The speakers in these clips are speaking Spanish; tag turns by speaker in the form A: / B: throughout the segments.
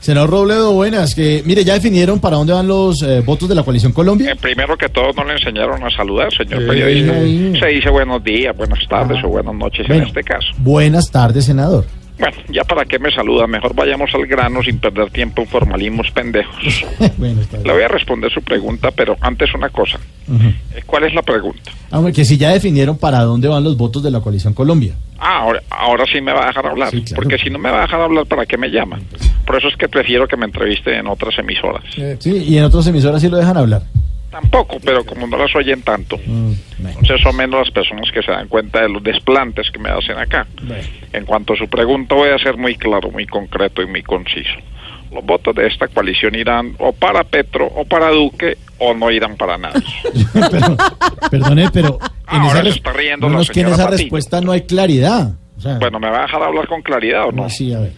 A: Senador Robledo, buenas. Que, mire, ya definieron para dónde van los eh, votos de la coalición Colombia.
B: Eh, primero que todo, no le enseñaron a saludar, señor
A: Eh.
B: periodista. Se dice buenos días, buenas tardes o buenas noches
A: Ah. Bueno.
B: en este caso.
A: Buenas tardes, senador.
B: Bueno, ya para qué me saluda, mejor vayamos al grano sin perder tiempo en formalismos pendejos.
A: bueno, está
B: Le
A: bien.
B: voy a responder su pregunta, pero antes una cosa.
A: Ujú.
B: Eh, ¿Cuál es la pregunta?
A: Ah, bueno, que si ya definieron para dónde van los votos de la coalición Colombia.
B: Ah, ahora, ahora sí me va a dejar hablar,
A: Sí, claro.
B: porque si no me va a dejar hablar, ¿para qué me llama? Por eso es que prefiero que me entreviste en otras emisoras.
A: Sí, y en otras emisoras sí lo dejan hablar. Mm,
B: Tampoco, pero como no las oyen tanto.
A: Bueno.
B: Entonces son menos las personas que se dan cuenta de los desplantes que me hacen acá. En cuanto a su pregunta, voy a ser muy claro, muy concreto y muy conciso. Los votos de esta coalición irán o para Petro o para Duque o no irán para nadie.
A: Pero, perdone, pero en
B: Ahora
A: esa,
B: se
A: res-
B: está riendo
A: no
B: la
A: nos- que en
B: señora
A: esa
B: Patiño.
A: respuesta no hay claridad. O sea, ah,
B: Bueno, ¿me va a dejar hablar con claridad o no?
A: Sí, a ver.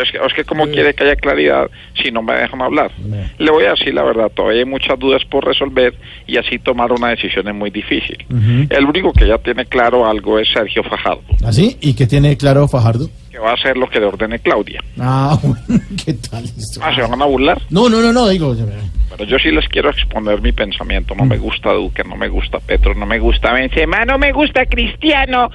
B: Es que, es que como quiere que haya claridad si no me dejan hablar.
A: Bueno.
B: Le voy a decir la verdad, todavía hay muchas dudas por resolver y así tomar una decisión es muy difícil.
A: Ujú.
B: El único que ya tiene claro algo es Sergio Fajardo,
A: ¿Así? ¿Ah, ¿Y qué tiene claro Fajardo?
B: que va a hacer lo que le ordene Claudia.
A: Ah, bueno, ¿qué tal esto?
B: Ah, se van a burlar.
A: No, no, no, no, digo. ya-
B: Pero yo sí les quiero exponer mi pensamiento.
A: Mm.
B: No me gusta Duque, no me gusta Petro, no me gusta Benzema, no me gusta Cristiano.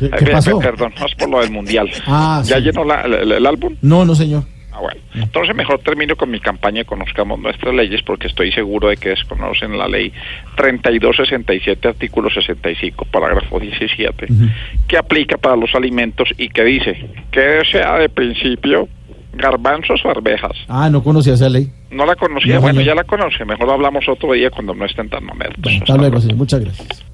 A: ¿Qué,
B: Ay,
A: qué
B: pe- pe-
A: pasó?
B: Perdón, no es por lo del Mundial.
A: Ah,
B: ¿Ya
A: sí. Mm.
B: llenó la- el- el- el álbum?
A: No, no, señor.
B: Ah, bueno. Entonces mejor termino con mi campaña y conozcamos nuestras leyes porque estoy seguro de que desconocen la ley 3267, artículo 65, parágrafo 17,
A: Ujú.
B: que aplica para los alimentos y que dice que sea de principio garbanzos o arvejas.
A: Ah, no conocía esa ley.
B: No la conocía,
A: No,
B: bueno,
A: señor.
B: ya la conoce. Mejor hablamos otro día cuando no estén tan mamertos.
A: Bueno,
B: Hasta
A: hasta luego,
B: luego.
A: señor. Muchas gracias.